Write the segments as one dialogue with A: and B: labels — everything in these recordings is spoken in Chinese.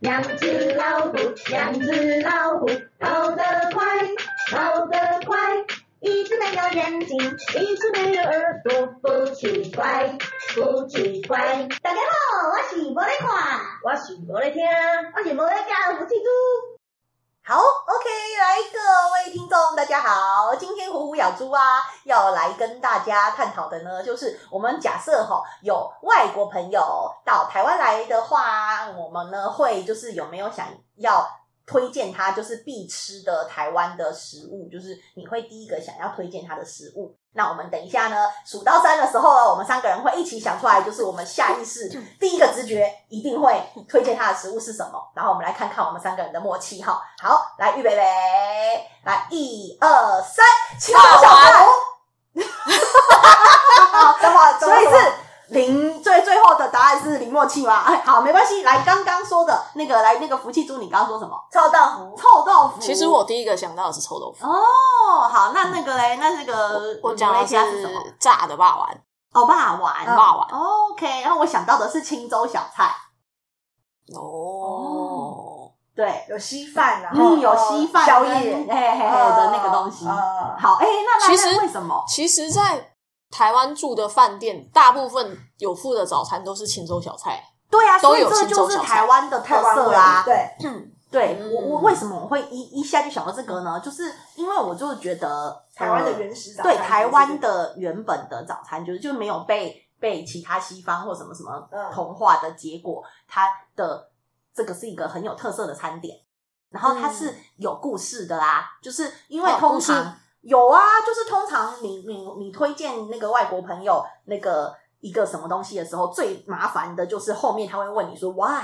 A: 两只老虎，两只老虎，跑得快，跑得快。一只没有眼睛，一只没有耳朵，不奇怪，不奇怪。
B: 大家好，我是无咧看，
C: 我是无咧听，
B: 我是无咧教，我是猪。
D: 好，OK，来各位听众，大家好，今天虎虎咬猪啊，要来跟大家探讨的呢，就是我们假设哈、有外国朋友到台湾来的话，我们呢会就是有没有想要推荐他就是必吃的台湾的食物，就是你会第一个想要推荐他的食物。那我们等一下呢，数到三的时候呢，哦我们三个人会一起想出来，就是我们下意识第一个直觉一定会推荐他的食物是什么。然后我们来看看我们三个人的默契哈。好，来预备备，来一二三，请我小 白。等会，所以是零最最后的答案是零默契吗？哎，好，没关系。来，刚刚说的那个，来那个福气猪，你刚刚说什么？
B: 臭豆腐，
D: 臭豆腐。
E: 其实我第一个想到的是臭豆腐，
D: 哦，好，那那个嘞，那那个
E: 我讲的
D: 雷家是什么？
E: 炸的霸丸，
D: 哦，霸丸，
E: 霸丸
D: 哦 OK，然后我想到的是青州小菜，
E: 哦，
D: 对，
B: 有稀饭，然后
D: 嗯，有稀饭
B: 宵
D: 跟
B: 夜
D: 嘿嘿嘿的那个东西。
B: 呃
D: 好，哎，那
E: 其
D: 那
E: 实
D: 那为什么？
E: 其实，在台湾住的饭店，大部分有附的早餐都是青州小 菜，
D: 对啊，所
E: 都
D: 以
E: 有
D: 这
E: 青
D: 就
E: 州
D: 是
E: 小菜
D: 台湾的特
B: 台湾
D: 色
B: 味
D: 啦。
B: 对，
D: 对
E: 嗯
D: 我我为什么我会一一下就想到这个呢？就是因为我就觉得
B: 台湾的
D: 呃
B: 原始早餐
D: 对台湾的原本的早餐，就是就没有被被其他西方或什么什么
B: 嗯
D: 同化的结果，它的这个是一个很有特色的餐点，然后它是有故事的啦，就是因为
E: 哦
D: 通
E: 故事
D: 常有啊，就是通常你你你推荐那个外国朋友那个一个什么东西的时候，最麻烦的就是后面他会问你说 why，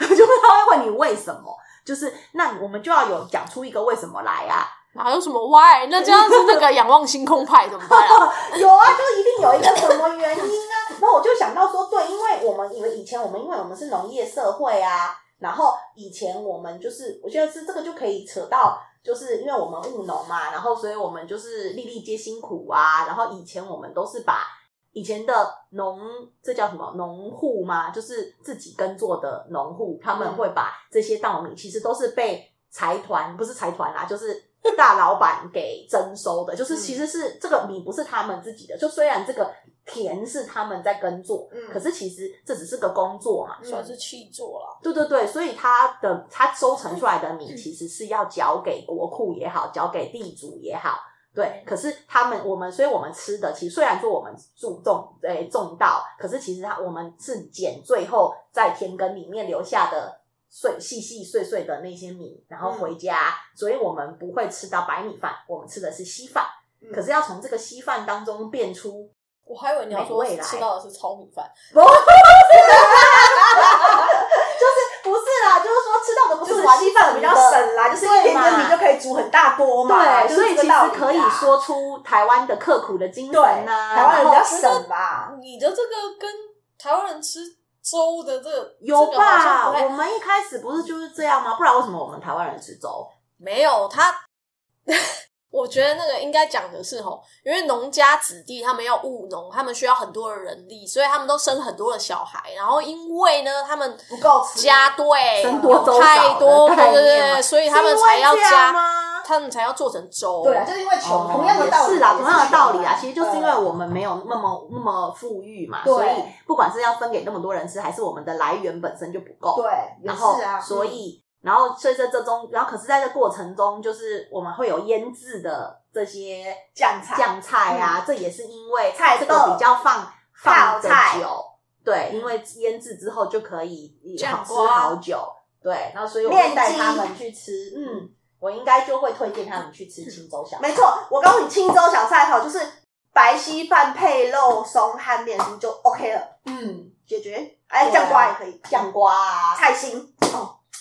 D: 就是 他会问你为什么。就是那我们就要有讲出一个为什么来啊，
E: 哪有什么 why？那这样子，那个仰望星空派怎么办啊？
D: 哦有啊，就一定有一个什么原因啊。然后我就想到说，对，因为我们以为以前我们因为我们是农业社会啊，然后以前我们就是，我觉得是这个就可以扯到，就是因为我们务农嘛，然后所以我们就是粒粒皆辛苦啊。然后以前我们都是把以前的农，这叫什么农户吗？就是自己耕作的农户，他们会把这些稻米其实都是被财团，不是财团啦，就是大老板给征收的，就是其实是这个米不是他们自己的，就虽然这个田是他们在耕作，
B: 嗯
D: 可是其实这只是个工作嘛，
E: 算是气作啦。
D: 对对对，所以它的它收成出来的米其实是要交给国库也好，交给地主也好，
B: 嗯
D: 对。可是他们我们，所以我们吃的其实虽然说我们注重诶、种稻，可是其实它我们是捡最后在田埂里面留下的碎细细碎碎的那些米，然后回家，
B: 嗯
D: 所以我们不会吃到白米饭，我们吃的是稀饭。
B: 嗯
D: 可是要从这个稀饭当中变出，
E: 我还以为
D: 你要说美味来吃到
E: 的是糙米饭，
D: 不是，就是不是啦，就是说吃到的不
B: 就是
D: 是完
B: 稀饭比较
D: 整的
B: 省啦，就是一点点米就可以煮很大锅嘛，
D: 对，所以
B: 就是这
D: 其
B: 个
D: 实
B: 道理啦啊
D: 可以说出台湾的刻苦的精
B: 对，
D: 神呐、
B: 台湾人比较
D: 然后
B: 省吧，
E: 你的这个跟台湾人吃粥的这个
D: 有吧？我们一开始不是就是这样吗？不然为什么我们台湾人吃粥？
E: 没有他， 我觉得那个应该讲的是吼，因为农家子弟他们要务农，他们需要很多的人力，所以他们都生很多的小孩。然后因为呢，他们
B: 不够吃
E: 加对
D: 生多粥少
E: 太多，
D: 的
E: 对
D: 概
E: 对
D: 念嘛
E: 对，所以他们才要
D: 是因为这样
E: 加，
D: 吗？
E: 他们才要做成粥。
B: 对啊，就是因为穷，
D: 哦
B: 同样的道理
D: 也是啦，同样的道理
B: 啊
D: 啦，，其实就是因为我们没有那么那么富裕嘛，
B: 对
D: 所以不管是要分给那么多人吃，还是我们的来源本身就不够，
B: 对，也
D: 然后
B: 是啊，
D: 所以然后所以在这中，然后可是在这过程中，就是我们会有腌制的这些
B: 酱菜
D: 酱菜啊，这也是因为
B: 菜
D: 这
B: 豆
D: 个比较放
B: 泡
D: 放的
B: 菜
D: 久，对，因为腌制之后就可以
E: 酱
D: 好吃
E: 瓜
D: 好久，对，然后所以我会
B: 面
D: 带
B: 筋
D: 他们去吃，嗯，我应该就会推荐他们去吃青州小
B: 没错，我告诉你，青州小菜好就是白稀饭配肉松和面筋就 OK 了，
D: 嗯，
B: 解决。哎，
D: 对啊
B: 酱瓜也可以，
D: 酱瓜啊，
B: 菜心，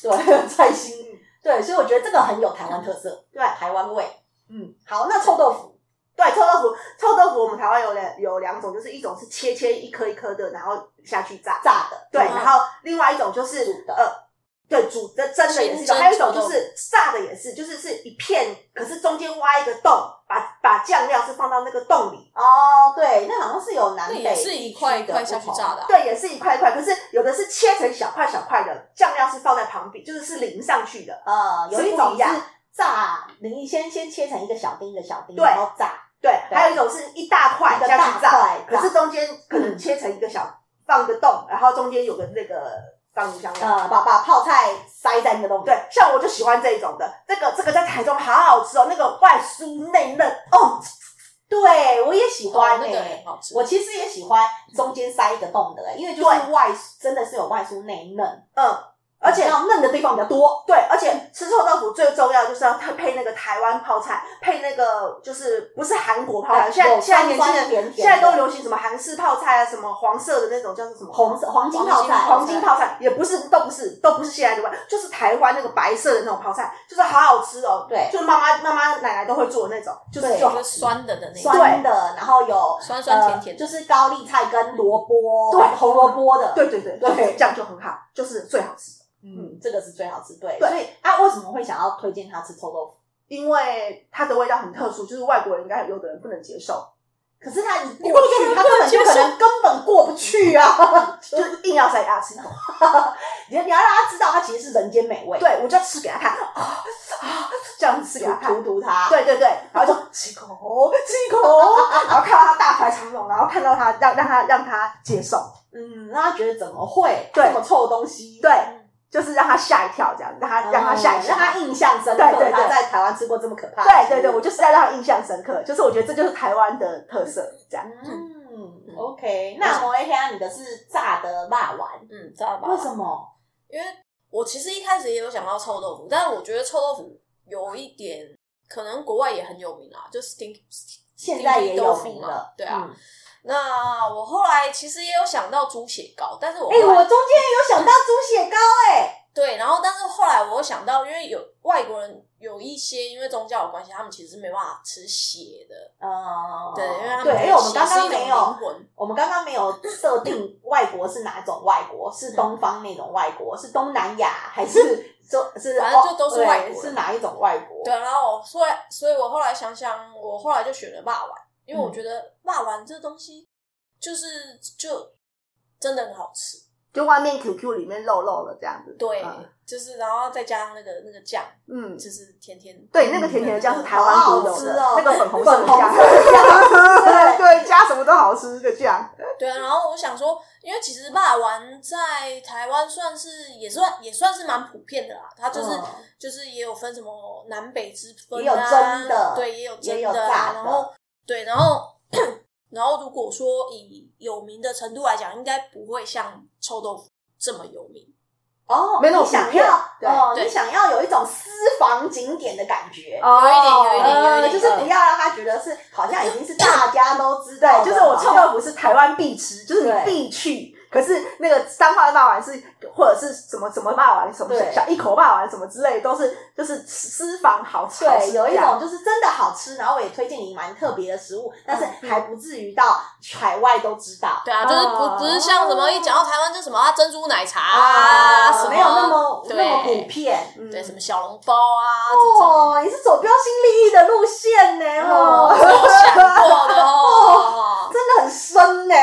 D: 对，菜心，对，所以我觉得这个很有台湾特色，
B: 嗯对
D: 台湾味，
B: 嗯，
D: 好，那臭豆腐，
B: 对，臭豆腐，臭豆腐我们台湾有两有两种，就是一种是切切一颗一颗的，然后下去炸，
D: 炸的，
B: 对，
E: 嗯
B: 然后另外一种就是
D: 煮的
B: 呃对，煮的蒸的也是一种，
E: 清蒸
B: 还有一种
E: 煮
B: 就
E: 的
B: 是炸的也是，就是是一片，可是中间挖一个洞，把把酱料是放到那个洞里，
D: 哦，对，那好像是有南
E: 那
D: 北
E: 也是一块一块下去炸
D: 的
E: 的啊、
B: 对，也是一块一块，可是有的是切成小块小块的，酱料是放在旁边，就是是淋上去的。
D: 不同，呃，有
B: 所以
D: 一
B: 不
D: 种
B: 一
D: 是
B: 样
D: 炸，你先先切成一个小丁一个小丁，
B: 对
D: 然后炸，
B: 对，
D: 对
B: 还有一种是一大块
D: 一个
B: 下去
D: 大
B: 炸
D: 块，
B: 可是
D: 炸嗯
B: 中间可能切成一个小放一个洞，然后中间有个那个放香料。
D: 呃，把把泡菜塞在那个东西，
B: 对，像我就喜欢这一种的，这个这个在台中好好吃哦，那个外酥内嫩哦，
D: 对我也喜
E: 哦
D: 欢，
E: 那
D: 欸
E: 个很好吃。
D: 我其实也喜欢中间塞一个洞的、欸，因为就是
B: 对
D: 外真的是有外酥内嫩，
B: 嗯，而且
D: 要嫩的地方比较多。
B: 对，而且吃臭豆腐最重要就是要配配那个台湾泡菜，配那个就是不是韩国泡菜，
D: 对
B: 现在
D: 啊有
B: 现在
D: 酸
B: 年轻人
D: 酸甜甜的
B: 现在都流行什么韩式泡菜啊，什么黄色的那种叫做什么
D: 红色黄金泡菜，
B: 黄金泡菜也不是，都不是，都不是现在的味，就是台湾那个白色的那种泡菜，就是好好吃哦。
D: 对
B: 就是妈妈妈妈奶奶都会做的那种，就是
D: 对
B: 就
E: 就是酸的的那种，
D: 酸的，然后有
E: 酸酸甜甜的
D: 呃就是高丽菜跟萝卜，
B: 对
D: 红萝卜的，
B: 对对对
D: 对
B: 就是这样就很好，就是最好吃的。
D: 嗯，这个是最好吃，对，
B: 对
D: 所以啊，为什么会想要推荐他吃臭豆腐？
B: 因为它的味道很特殊，就是外国人应该有的人不能接受，
D: 可是他一
E: 你
D: 过去，
E: 根本就
D: 他
E: 不
D: 根
E: 能
D: 本就
E: 接
D: 可
E: 受
D: 能根本过不去啊！
B: 就是硬要塞牙齿口。
D: 你你要让他知道，他其实是人间美味，，
B: 对，我就要吃给他看啊啊，这样吃给他看。
D: 荼毒他，，
B: 对对对，然后就吃一口，吃一 口，然后看到他大排长龙，然后看到他让让他让他接受，
D: 嗯，让他觉得怎么会
B: 对
D: 这么臭的东西？
B: 对
E: 嗯，
B: 就是让他吓一跳，这样让他
E: 哦
D: 嗯，
B: 让他吓一跳
D: 让。他印象深刻，
B: 对对对
D: 他在台湾吃过这么可怕的
B: 对
D: 食
B: 对
D: 物，
B: 对，我就是要让他印象深刻，就是我觉得这就是台湾的特色，这样。
D: 嗯，OK，那某一天你的是炸的辣丸，
E: 嗯，知道吧？
D: 为什么？
E: 因为我其实一开始也有想到臭豆腐，但是我觉得臭豆腐有一点可能国外也很有名啊，就 stink
D: 现在也
E: stinky 豆
D: 有
E: 腐
D: 名
E: 嘛
D: 了，嗯
E: 对啊。那我后来其实也有想到猪血糕，但是我
D: 哎，
E: 后来
D: 我中间有想到猪血糕，哎，
E: 对，然后但是后来我又想到，因为有外国人有一些因为宗教的关系，他们其实是没办法吃血的，
D: 嗯，
E: 对，因为他们
D: 对，因为我们
E: 觉得
D: 刚
E: 血
D: 刚
E: 是一种
D: 没有
E: 灵。魂，
D: 我们刚刚没有设定外国是哪种外国，是东方那种外国，是东南亚还是就是哦
E: 反正就都是外国人
D: 对是哪一种外国？
E: 对，，啊然后我后来，所以我后来想想，我后来就选了霸丸，因
D: 嗯
E: 为我觉得霸丸这东西就是就真的很好吃，
B: 就外面 QQ 里面肉肉的这样子。
E: 对，
B: 嗯
E: 就是然后再加上那个那个酱，
B: 嗯，
E: 就是甜甜的，
B: 对，那个甜甜的酱是台湾独有的，
D: 好好吃哦
B: 那个粉红色的
D: 粉红
B: 酱，
D: 色
E: 哦
B: 对 对，加什么都好吃，这个酱。
E: 对啊。然后我想说，因为其实霸丸在台湾算是也算也算是蛮普遍的啦，它就是、
D: 嗯
E: 就是也有分什么南北之分、啊，
D: 也有蒸的
E: 对，也有
D: 也
E: 蒸
D: 有
E: 的
D: 炸
E: 啊、
D: 的
E: 然后对，然后然后如果说以有名的程度来讲，应该不会像臭豆腐这么有名。
D: 哦，
B: 没那么
D: 你想
B: 普遍
D: 要
B: 对
D: 哦，
E: 对哦
D: 你想要有一种私房景点的感觉。
E: 有一点有
B: 哦
E: 一
D: 呃，
E: 点
D: 就是不要让他觉得是好像已经是大家都知道
B: 对，
D: 的，
B: 就是我臭
D: 好像
B: 豆腐是台湾必吃，就是你
D: 对
B: 必去。可是那个彰化的霸王是，或者是什么什么霸王，什么
D: 对
B: 小一口霸王什么之类，都是就是私房好吃。好吃
D: 对，有一
B: 这
D: 种
B: 样
D: 就是真的好吃，然后我也推荐你蛮特别的食物，但是
E: 嗯
D: 还不至于到海外都知道。
E: 对啊，就是
B: 哦
E: 不不是像什么一讲到台湾就什么啊珍珠奶茶啊，什
D: 啊，
E: 么
D: 没有那么那么
E: 对
D: 普遍。
B: 嗯
E: 对什么小笼包啊这种。
D: 哦，你是走标新立异的路线呢，哦，
E: 哦，是我想过的哦，
D: 真的很深呢，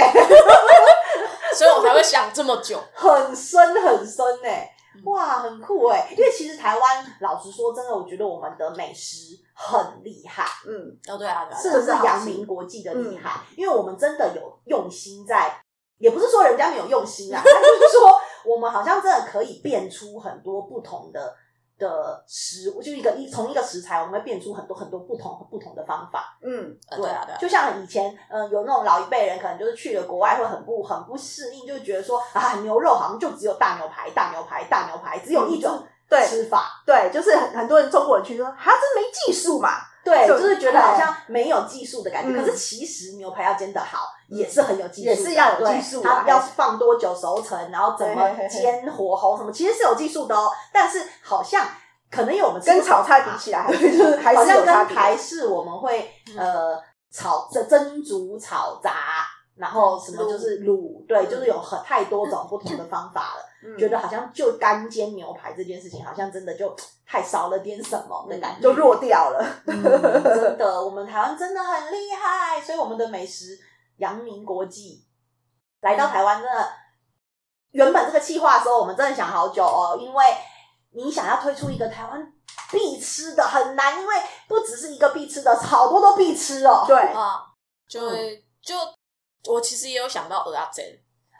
E: 所以我才会想这么久。
D: 很深很深呢
E: 嗯，
D: 哇，很酷哎！因为其实台湾，老实说，真的，我觉得我们的美食很厉害，
B: 嗯，
E: 哦，对啊，对啊，
D: 是
E: 对啊
D: 不是扬名国际的厉
B: 嗯
D: 害？因为我们真的有用心在，也不是说人家没有用心啊，但就是说我们好像真的可以变出很多不同的的食物，就一个一从一个食材，我们会变出很多很多不同不同的方法。
B: 嗯，
E: 呃对啊，对啊，
D: 就像以前，嗯、有那种老一辈人，可能就是去了国外会很不很不适应，就觉得说啊，牛肉好像就只有大牛排、大牛排、大牛排，只有一种
B: 对
D: 吃法，
B: 对，就是很很多人中国人去说，哈，这没技术嘛，
D: 对，
B: 就
D: 就是觉哎得好像没有技术的感觉。
B: 嗯
D: 可是其实牛排要煎的好，嗯也是很有技术的，
B: 也是要有技术啊
D: 对它要放多久熟成，然后怎么
B: 嘿嘿嘿
D: 煎、火候什么，其实是有技术的哦。但是好像可能有我们吃
B: 跟
D: 不
B: 炒
D: 懂
B: 菜
D: 啊
B: 比起来还
D: 对，
B: 是
D: 就是
B: 还
D: 好
B: 是
D: 像
B: 有差
D: 跟
B: 别。
D: 台式我们会呃炒蒸蒸煮炒炸，然后什么就是卤，嗯对，就是有很太多种不同的方法了。
B: 嗯
D: 觉得好像就干煎牛排这件事情，好像真的就太少了点什么的感觉，
B: 就弱掉了。
D: 嗯真的，我们台湾真的很厉害，所以我们的美食扬名国际。来到台湾真的，原本这个计划的时候，我们真的想好久哦，因为你想要推出一个台湾必吃的很难，因为不只是一个必吃的，好多都必吃哦。
B: 对
E: 啊，就会就我其实也有想到鹅阿珍，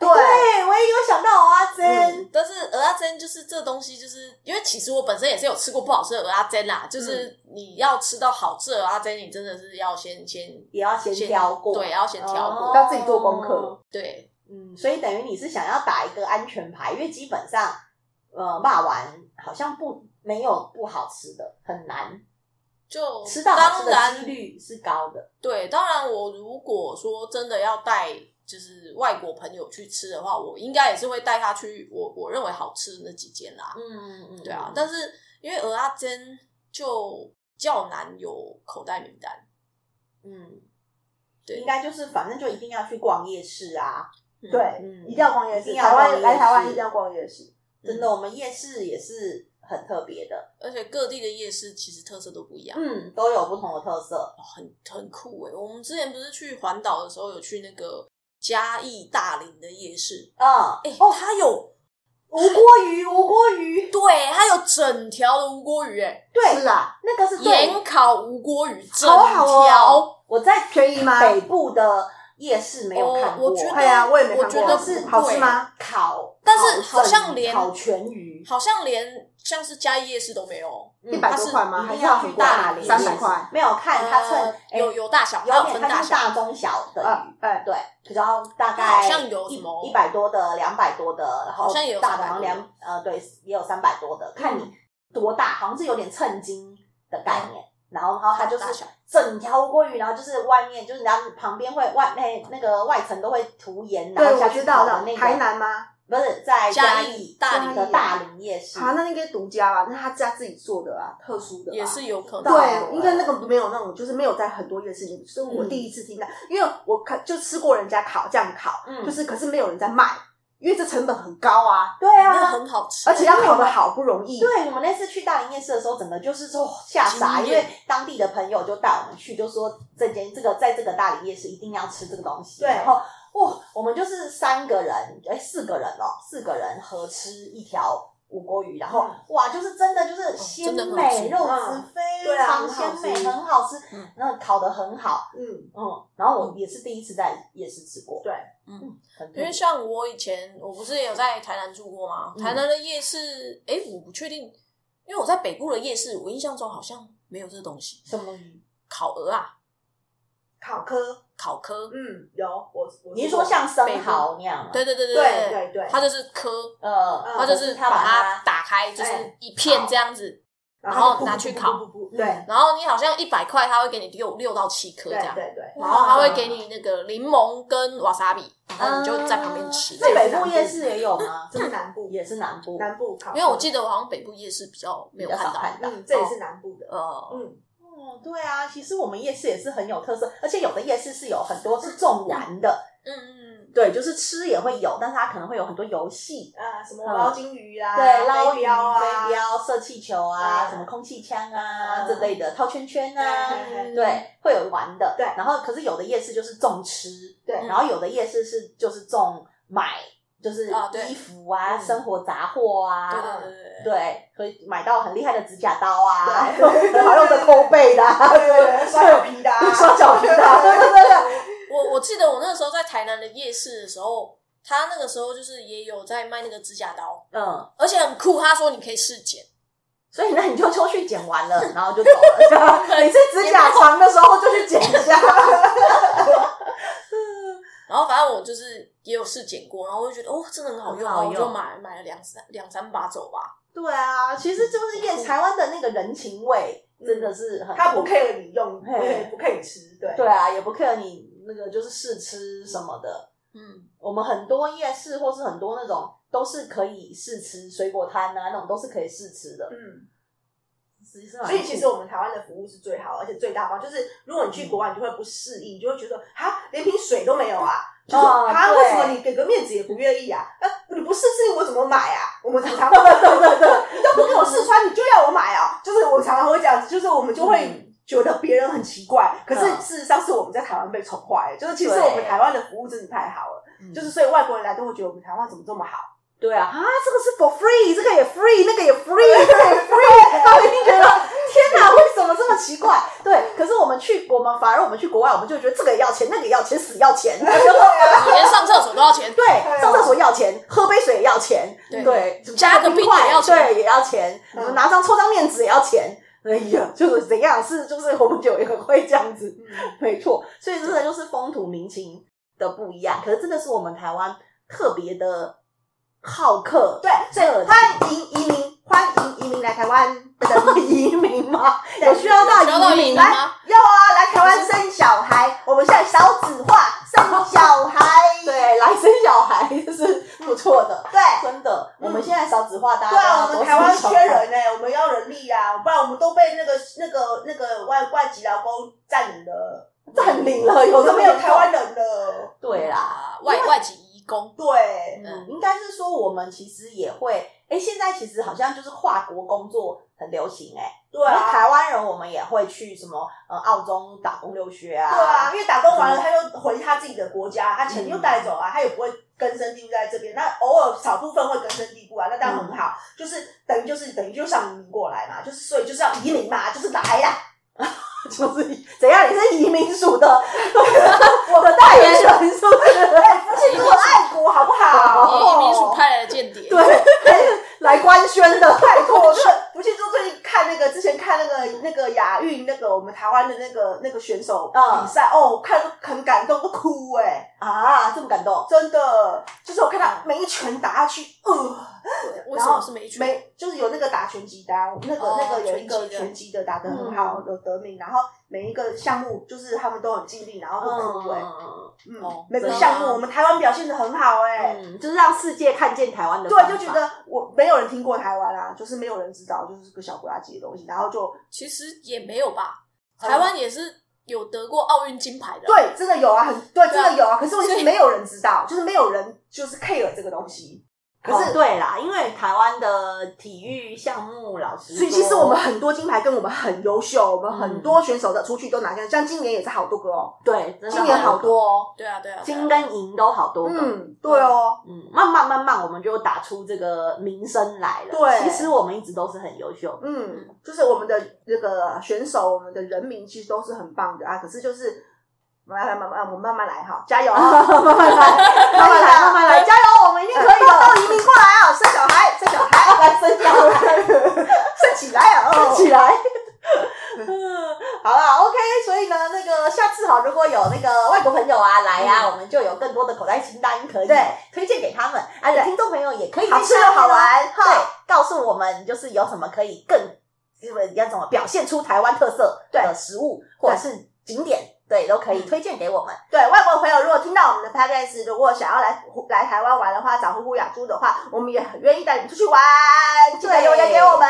B: 对
D: 对，我也有想到啊，
B: 嗯
D: 真、
E: 但是鹅阿珍就是这东西，就是因为其实我本身也是有吃过不好吃的鹅阿珍啦，就是
D: 嗯
E: 你要吃到好吃的鹅阿珍，你真的是要先先
D: 也要先挑过，哦
E: 对，要先挑过，
B: 要自己做功课。
E: 对，
D: 嗯，所以等于你是想要打一个安全牌，因为基本上，呃，骂完好像不没有不好吃的，很难
E: 就
D: 吃到好
E: 当
D: 吃的几
E: 然
D: 率是高的。
E: 对，当然我如果说真的要带就是外国朋友去吃的话，我应该也是会带他去我我认为好吃的那几间啦。
D: 嗯嗯
E: 对啊，但是因为鹅阿珍就较难有口袋名单，
D: 嗯，
E: 对
D: 应该就是反正就一定要去逛夜市啊。
E: 嗯
B: 对，
D: 嗯
B: 一定要逛夜
D: 一
B: 市。
D: 定要
B: 台
D: 逛
B: 湾
D: 夜
B: 来台湾
D: 市
B: 一定要逛夜市。
D: 真的，我们夜市也是很特别的，
E: 而且各地的夜市其实特色都不一样，
D: 嗯，都有不同的特色。
E: 很很酷诶、欸我们之前不是去环岛的时候有去那个嘉义大林的夜市，
D: 嗯，
E: 哎、它有
D: 无锅鱼，无锅鱼，
E: 对它有整条的无锅鱼、诶，
D: 对
B: 是啊，
D: 那个是对
E: 盐烤无锅鱼，整
B: 好好哦
E: 条。
D: 我在
B: 便宜吗
D: 北部的夜市没有
E: 哦
D: 看过，
E: 我觉得
B: 哎呀，我也没
E: 我
B: 看
E: 觉
B: 过，
E: 得
D: 是
B: 好吃
E: 贵
B: 吗？
D: 烤，
E: 但是
D: 烤
E: 好像
D: 整
E: 连
D: 烤全鱼，
E: 好像连像是嘉义夜市都没有，嗯
B: 一百
E: 它
B: 多
E: 是
B: 块吗？
D: 嗯
B: 还
D: 一定
B: 是
D: 要
B: 很
D: 去
B: 贵啊
D: 大？理
B: 三百块？
D: 没有看它
E: 呃
D: 称哎
E: 有有大小，它
D: 有
E: 有分
D: 点
E: 大
D: 它是
E: 小，
D: 大中小的
B: 呃
D: 鱼，，
B: 哎，
D: 对，然后大概
E: 好像有
D: 一
E: 什么
D: 一百多的、两百多的，然后
E: 好像也有
D: 大
E: 300
D: 好像
E: 多的嗯
D: 两呃对，也有三百多的，看你多大，好像是有点称斤的概念。然后，然后它就
E: 大
D: 是
E: 小
D: 整条锅鱼，然后就是外面就是，然后旁边会外那那个外层都会涂盐，然
B: 对，
D: 后
B: 我
D: 下去
B: 知道
D: 烤的
B: 了
D: 那。个。
B: 台南吗？
D: 不是在
E: 嘉义
D: 义
E: 大
B: 理
D: 的大林夜市，
B: 啊，那应该独家啊，那他家自己做的啊，特殊的啊
E: 也是有可能。
D: 啊
B: 对，应该那个没有那种，就是没有在很多夜市里，就是我
D: 嗯
B: 第一次听到，因为我看就吃过人家烤这样烤，
D: 嗯
B: 就是可是没有人在卖，因为这成本很高啊，
D: 对
E: 那
D: 啊，
E: 很好吃，
B: 而且要烤的好不容易。
D: 对我们那次去大林夜市的时候，整个就是说吓傻，
E: 惊
D: 因
E: 艳
D: 为当地的朋友就带我们去，就说这间这个在这个大林夜市一定要吃这个东西，
B: 对
D: 然后。哇，我们就是三个人，哎，四个人哦，四个人合吃一条五锅鱼，然后、哇，就是真的就是鲜
E: 嗯哦真的很
D: 美，肉质
E: 好吃
B: 嗯
D: 非
B: 对啊
D: 常
B: 很好
D: 鲜美，
B: 吃
D: 很好吃
E: 嗯，
D: 然后烤的很好，
B: 嗯，
D: 嗯，然后我也是第一次在夜市吃过，
B: 对，
E: 嗯，
D: 很特
E: 因为
D: 别，
E: 像我以前，我不是也有在台南住过吗？
D: 嗯
E: 台南的夜市，哎、我不确定，因为我在北部的夜市，我印象中好像没有这东西，
D: 什么鱼？
E: 烤鹅啊，
B: 烤科，
E: 烤科，
B: 嗯，有我我
D: 你是说像生蚝那样吗？
E: 对对对对
B: 对
E: 对
B: 对对
E: 它就是科，
D: 呃，
B: 嗯
E: 它
D: 就
E: 就是
D: 他
E: 把它
D: 它
E: 打开，就是
B: 哎
E: 一片这样子，
B: 然
E: 然后
B: 就噗
E: 拿
B: 噗
E: 去
B: 噗噗
E: 烤
B: 噗噗噗
D: 对
B: 嗯
E: 然后你好像一百块，它会给你六六到七颗
B: 对
E: 这样，
B: 对对，
E: 然后它会给你那个柠檬跟瓦萨比，然后你就在旁边吃。
D: 啊那北部夜市也有 吗？
B: 这是南部，
D: 也是南部，
B: 南部烤科，
E: 因为我记得我好像北部夜市比较没有
D: 比较
E: 看
D: 少
E: 到，
D: 看到。
B: 嗯，这也是南部的，
E: 呃，
B: 嗯，
D: 哦，对啊，其实我们夜市也是很有特色，而且有的夜市是有很多是种玩的，
E: 嗯嗯嗯，
D: 对，就是吃也会有，但是它可能会有很多游戏，
B: 啊，什么
D: 嗯
B: 捞金鱼啊，
D: 对，捞
B: 飞
D: 鱼
B: 镖啊，
D: 飞镖、射气球啊，
B: 嗯
D: 什么空气枪啊
B: 嗯
D: 之类的，套圈圈
B: 对
D: 啊，
B: 嘿
E: 嗯
B: 嘿
D: 对，会有玩的，
B: 对
D: 然后可是有的夜市就是重吃，
B: 对
D: 然后有的夜市是就是重买，就是
E: 啊对
D: 衣服啊、
E: 嗯
D: 生活杂货啊，
E: 对对对对对。
D: 对，可以买到很厉害的指甲刀啊，
B: 对
D: 还有的抠 背的、啊，
B: 对对 对，刷脚皮的啊，
D: 刷脚皮的啊，对对对对，
E: 我我记得我那个时候在台南的夜市的时候，他那个时候就是也有在卖那个指甲刀，
D: 嗯，
E: 而且很酷。他说你可以试剪，
D: 所以那你就出去剪完了， 然后就走了。你是指甲长的时候就去剪一 下，
E: 然后反正我就是也有试剪过，然后我就觉得哦，真的很好用，
D: 很好用
E: 我就买买了两三两三把走吧。
D: 对啊，其实就是夜台湾的那个人情味
E: 嗯
D: 真的是很，
B: 他不 care 你用，
D: 嘿
B: 对，不 care 你吃，对，
D: 对啊，也不 care 你那个就是试吃什么的。
E: 嗯，
D: 我们很多夜市或是很多那种都是可以试吃水果摊啊，那种都是可以试吃的。
B: 嗯，
D: 实际上
B: 所以其实我们台湾的服务是最好，而且最大方。就是如果你去国外，你就会不适应，你就会觉得啊，连瓶水都没有啊，就是
D: 哦
B: 啊，
D: 对
B: 为什么你给个面子也不愿意啊？啊，你不试试我怎么买啊？我们常常会对对对，你都不给我试穿，你就要我买啊？就是我常常会这样子，就是我们就会
D: 嗯
B: 觉得别人很奇怪，可是
D: 嗯
B: 事实上是我们在台湾被宠坏了，就是其实
D: 对嗯
B: 我们台湾的服务真的太好了，就是所以外国人来都会觉得我们台湾怎么这么好。
D: 对啊，啊，这个是 for free，这个也 free，那个也 free，这个也 free，他们一定觉得天哪，为什么这么奇怪？对，可是我们去我们反而我们去国外，我们就觉得这个也要钱，那个也要钱，死要钱。
E: 你连上厕所都要钱，
D: 对，上厕所要钱，喝杯水也要钱，
E: 对
D: 对，
E: 加个冰块也要钱
D: 对，也要钱，
B: 嗯
D: 什么拿张抽张面纸也要钱。哎呀，就是怎样是就是红酒也会这样子，没错。所以真的就是风土民情的不一样，可是真的是我们台湾特别的好客，
B: 对，所以欢迎移民，欢迎移民来台湾。
D: 移民吗？
B: 对
D: 有需要
E: 需
D: 到
E: 要到
D: 移
E: 移
D: 民
E: 民
D: 来
E: 吗？
B: 要啊，来台湾生小孩，我们现在少子化，生小孩。
D: 对，来生小孩就是不错的，
B: 对
D: 真的。
B: 嗯
D: 我们现在少子化，大家
B: 对啊，
D: 都
B: 我们台
D: 要
B: 湾
D: 多生小
B: 缺
D: 孩
B: 人呢、我们要人力啊，不然我们都被那个那个那个外外籍劳工占领了，
D: 占领了，有
B: 我
D: 这
B: 都
D: 么
B: 没
D: 严
B: 有
D: 重
B: 台湾人了。
D: 对啦，
E: 啊外外籍移工，
B: 对，
E: 嗯
D: 应该是说我们其实也会，哎，现在其实好像就是跨国工作很流行哎、
B: 对
D: 因为
B: 啊，
D: 台湾人我们也会去什么呃澳洲打工留学啊，
B: 对啊，，因为打工完了，
D: 嗯
B: 他又回他自己的国家，他钱
D: 嗯
B: 又带走啊，他也不会根深蒂固在这边。那偶尔少部分会根深蒂固啊，那当然很好，就是等于就是等于就上移民过来嘛，就是所以就是要移民嘛，就是来啦。
D: 就是怎样，你是移民署 的我的代言人是不 是？
B: 这是我的爱国，好不好？
E: 移移民署派来的间谍，
D: 对，来官宣的，
B: 拜托，这不是就最近看那个，之前看那个那个亚运那个我们台湾的那个那个选手
E: 嗯
B: 比赛，哦，看都很感动，都哭哎、
D: 啊，这么感动，
B: 真的，就是我看他每一拳打下去，呃，
E: 为什么是没去？
B: 每就是有那个打拳击的啊，那个、
E: 哦
B: 那个有一个
E: 拳击的嗯
B: 拳击的打得很好，有得名，然后每一个项目就是他们都很尽力，然后都哭哎、
D: 嗯
B: 嗯，
E: 哦
B: 每个
E: 真的
B: 项目
E: 吗
B: 我们台湾表现的很好哎、
D: 嗯，就是让世界看见台湾的方
B: 对，
D: 法，
B: 就觉得我没有人听过台湾啊，就是没有人知道，就是个小国家级的东西，然后就
E: 其实也没有吧，台湾也是有得过奥运金牌的，，
B: 对，真的有啊，很对，真
E: 对啊
B: 的有啊。可是问题
E: 所
B: 是
E: 以
B: 没有人知道，就是没有人就是 care 这个东西。可
D: 哦
B: 是，
D: 对啦，因为台湾的体育项目老师，
B: 所以其实我们很多金牌跟我们很优秀，我们
D: 嗯
B: 很多选手的出去都拿下，像今年也是好多个哦，
D: 对，真的
B: 今年好多哦。
E: 对啊对啊，对啊
D: 金跟银都好多个。嗯
B: 嗯，对哦，
D: 慢慢慢慢，我们就打出这个名声来了。
B: 对
D: 其实我们一直都是很优秀。
B: 嗯，就是我们的那个选手，我们的人民其实都是很棒的啊。可是就是。慢慢慢慢，我们慢慢来哈，加油啊！慢慢来，慢
D: 慢
B: 慢
D: 慢
B: 来，
D: 来，
B: 慢
D: 慢
B: 慢
D: 慢
B: 来，
D: 来，
B: 加
D: 加油！我们一定可以的。
B: 到移民过来啊，生小孩，生小孩， 来生小孩，生起来啊，哦
D: 站起来。嗯，好啦 o k 所以呢，那个下次好，如果有那个外国朋友啊来啊，我们就有更多的口袋清单可以
B: 嗯对
D: 推荐给他们，而且
B: 对
D: 听众朋友也可以
B: 好
D: 在
B: 吃
D: 下面
B: 又好
D: 哦
B: 玩
D: 对，告诉我们就是有什么可以更就是要怎么表现出台湾特色的食物或者是景点，对，都可以推荐给我们。
B: 对外国朋友，如果听到我们的 podcast，如果想要来来台湾玩的话，找呼呼雅猪的话，我们也很愿意带你们出去玩，记得
D: 对
B: 留言给我们。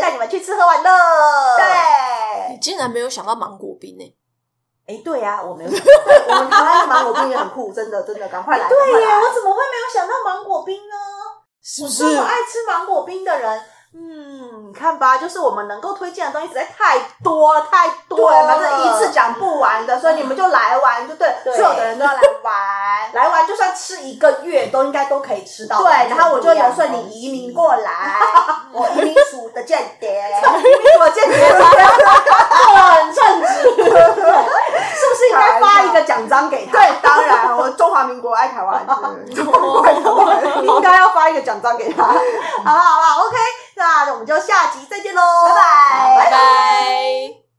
D: 带你们去吃喝玩乐。
E: 你
B: 对，
E: 竟然没有想到芒果冰欸呢？
D: 哎，对呀、我没有想到。
B: 我们台湾的芒果冰也很酷，真的真的，赶快来！
D: 对
B: 呀
D: 呀，，我怎么会没有想到芒果冰呢？
E: 是不
D: 这么爱吃芒果冰的人，嗯，你看吧，就是我们能够推荐的东西实在太多了，太多
B: 对，
D: 了，
B: 反正一次讲不完的，所以你们就来玩，就对，
D: 对。
B: 所有的人都要来玩
D: 来玩，就算吃一个月都应该都可以吃到。
B: 对，然后我就游说你移民过来，我移民署的间谍， 我间谍
D: 来，很称职， 是不是应该发一个奖章给他？
B: 对，当然， 我中华民国爱台 湾，
D: 应该要发一个奖章给他。好了好了，OK，那我们就下